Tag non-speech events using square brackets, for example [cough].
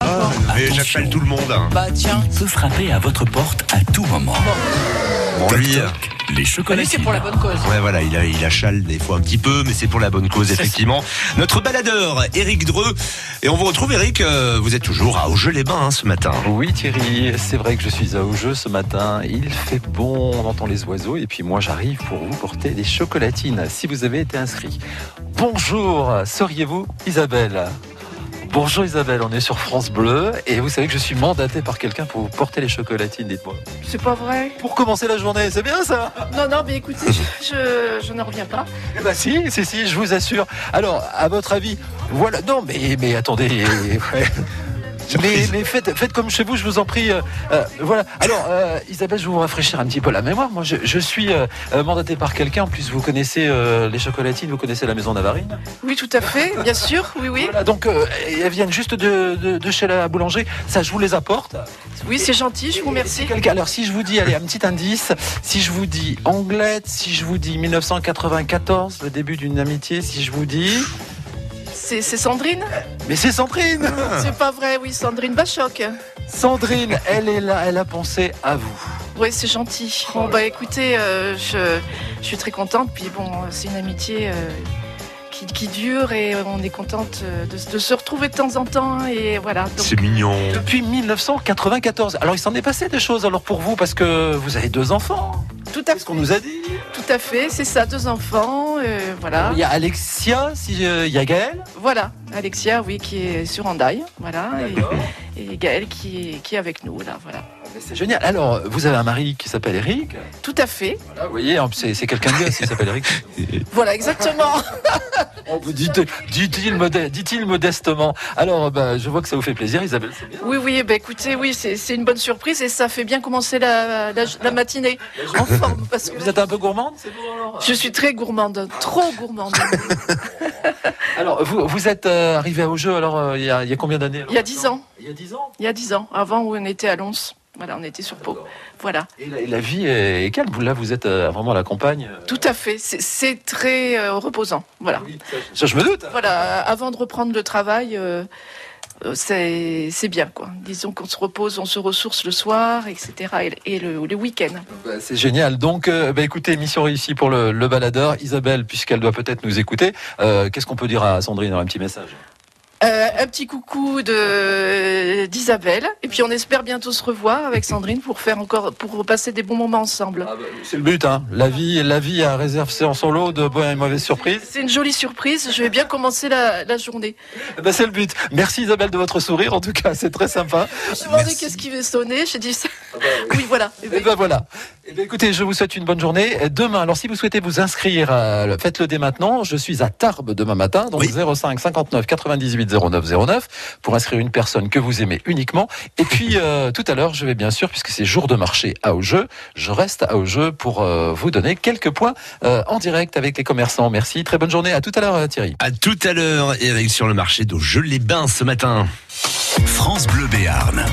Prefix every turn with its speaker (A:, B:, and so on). A: Ah, Mais j'appelle tout le monde. hein.
B: Bah tiens.
C: peut frapper à votre porte à tout moment.
A: Bon,
C: Toc,
A: lui, hein.
C: toc, les
B: Bah, lui,
C: chocolatines.
B: c'est pour la bonne cause.
A: Ouais, voilà, il, a, il achale des fois un petit peu, mais c'est pour la bonne cause, effectivement. Notre baladeur, Eric Dreux. Et on vous retrouve, Eric, euh, vous êtes toujours à Augeux-les-Bains hein, ce matin.
D: Oui Thierry, c'est vrai que je suis à jeu ce matin. Il fait bon, on entend les oiseaux et puis moi j'arrive pour vous porter des chocolatines si vous avez été inscrit. Bonjour, seriez-vous Isabelle Bonjour Isabelle, on est sur France Bleu et vous savez que je suis mandaté par quelqu'un pour vous porter les chocolatines, dites-moi.
E: C'est pas vrai.
D: Pour commencer la journée, c'est bien ça
E: Non, non, mais écoutez, je, je, je n'en reviens pas.
D: Eh ben si, si, si, je vous assure. Alors, à votre avis, voilà. Non, mais, mais attendez. [laughs] ouais. Mais, mais faites, faites comme chez vous, je vous en prie. euh, euh, voilà. Alors, euh, Isabelle, je vais vous rafraîchir un petit peu la mémoire. Moi, je, je suis euh, euh, mandaté par quelqu'un. En plus, vous connaissez euh, les chocolatines, vous connaissez la maison Navarine.
E: Oui, tout à fait, bien sûr, oui, oui.
D: Voilà, donc, euh, elles viennent juste de, de- de chez la boulanger. Ça, je vous les apporte.
E: Oui, c'est gentil, je vous
D: Et si
E: remercie.
D: quelqu'un- Alors, si je vous dis, allez, un petit indice. Si je vous dis Anglette, si je vous dis 1994, le début d'une amitié, si je vous dis.
E: C'est c'est Sandrine
D: Mais c'est Sandrine [laughs]
E: C'est pas vrai, oui, Sandrine Bachoc.
D: Sandrine, elle est là, elle a pensé à vous.
E: Oui, c'est gentil. Bon, bah écoutez, euh, je, je suis très contente. Puis bon, c'est une amitié euh, qui, qui dure et on est contente euh, de, de se retrouver de temps en temps. hein, Et voilà. donc-
A: C'est mignon.
D: Depuis 1994. Alors il s'en est passé des choses alors pour vous parce que vous avez deux enfants.
E: tout
D: C'est
E: à
D: ce
E: fait,
D: qu'on nous a dit. hein
E: tout à fait, c'est ça, deux enfants, euh, voilà.
D: Il y a Alexia, si, euh, il y a Gaël.
E: Voilà, Alexia, oui, qui est sur Andaille, voilà, et, et Gaël qui est, qui est avec nous, là, voilà.
D: Ah, C'est génial. Alors vous avez un mari qui s'appelle Eric.
E: Tout à fait,
D: Voilà, vous voyez, hein, c'est c'est quelqu'un de bien s'il s'appelle [laughs] Eric.
E: voilà, exactement.
D: [laughs] Oh, vous dites- Dit-il modeste- dit-il modestement. Alors bah, je vois que ça vous fait plaisir Isabelle. c'est bien.
E: Oui, oui, bah, écoutez, oui, c'est c'est une bonne surprise et ça fait bien commencer la, la- la matinée en forme, parce que
D: Vous êtes un peu gourmande c'est bon, alors
E: je suis très gourmande, trop gourmande.
D: Alors vous, vous êtes euh, arrivé au jeu alors euh, il y, a, il y a combien d'années alors
E: Il y a dix ans,
D: Il y a 10 ans
E: il y a dix ans, avant où on était à Lons, voilà, on était sur Pau, voilà.
D: Et la, et la vie est, est calme. Vous, Là, vous êtes euh, vraiment à la campagne. euh,
E: Tout à fait, c'est- c'est très euh, reposant, voilà.
D: oui, ça, je- ça, je me doute.
E: Voilà, avant de reprendre le travail, euh, euh, c'est c'est bien, quoi. Disons qu'on se repose, on se ressource le soir, etc. Et, le- et le, le week-end.
D: Bah, c'est génial. Donc, euh, bah, écoutez, mission réussie pour le, le baladeur. Isabelle, puisqu'elle doit peut-être nous écouter, euh, qu'est-ce qu'on peut dire à Sandrine dans un petit message
E: Euh, un petit coucou de d'Isabelle. Et puis on espère bientôt se revoir avec Sandrine pour faire encore, pour passer des bons moments ensemble.
D: C'est le but. Hein. La vie, la vie à réserve en solo de bonnes et mauvaises surprises.
E: C'est une jolie surprise. Je vais bien commencer la, la journée.
D: Bah, c'est le but. Merci Isabelle de votre sourire. En tout cas, c'est très sympa.
E: Je me suis demandé qu'est-ce qui va sonner. J'ai dit ça. Oui, voilà. Eh
D: Et
E: ben,
D: ben voilà. Eh ben, écoutez, je vous souhaite une bonne journée. Et Demain, alors si vous souhaitez vous inscrire, euh, faites-le dès maintenant. Je suis à Tarbes demain matin, donc
A: Oui.
D: 05 59 98 09 09 pour inscrire une personne que vous aimez uniquement. Et puis euh, tout à l'heure, je vais bien sûr, puisque c'est jour de marché à au jeu, je reste à au jeu pour euh, vous donner quelques points euh, en direct avec les commerçants. Merci. Très bonne journée. À tout à l'heure, euh, Thierry.
A: À tout à l'heure, Eric, sur le marché d'Augeux-les-Bains ce matin.
C: France Bleu Béarn.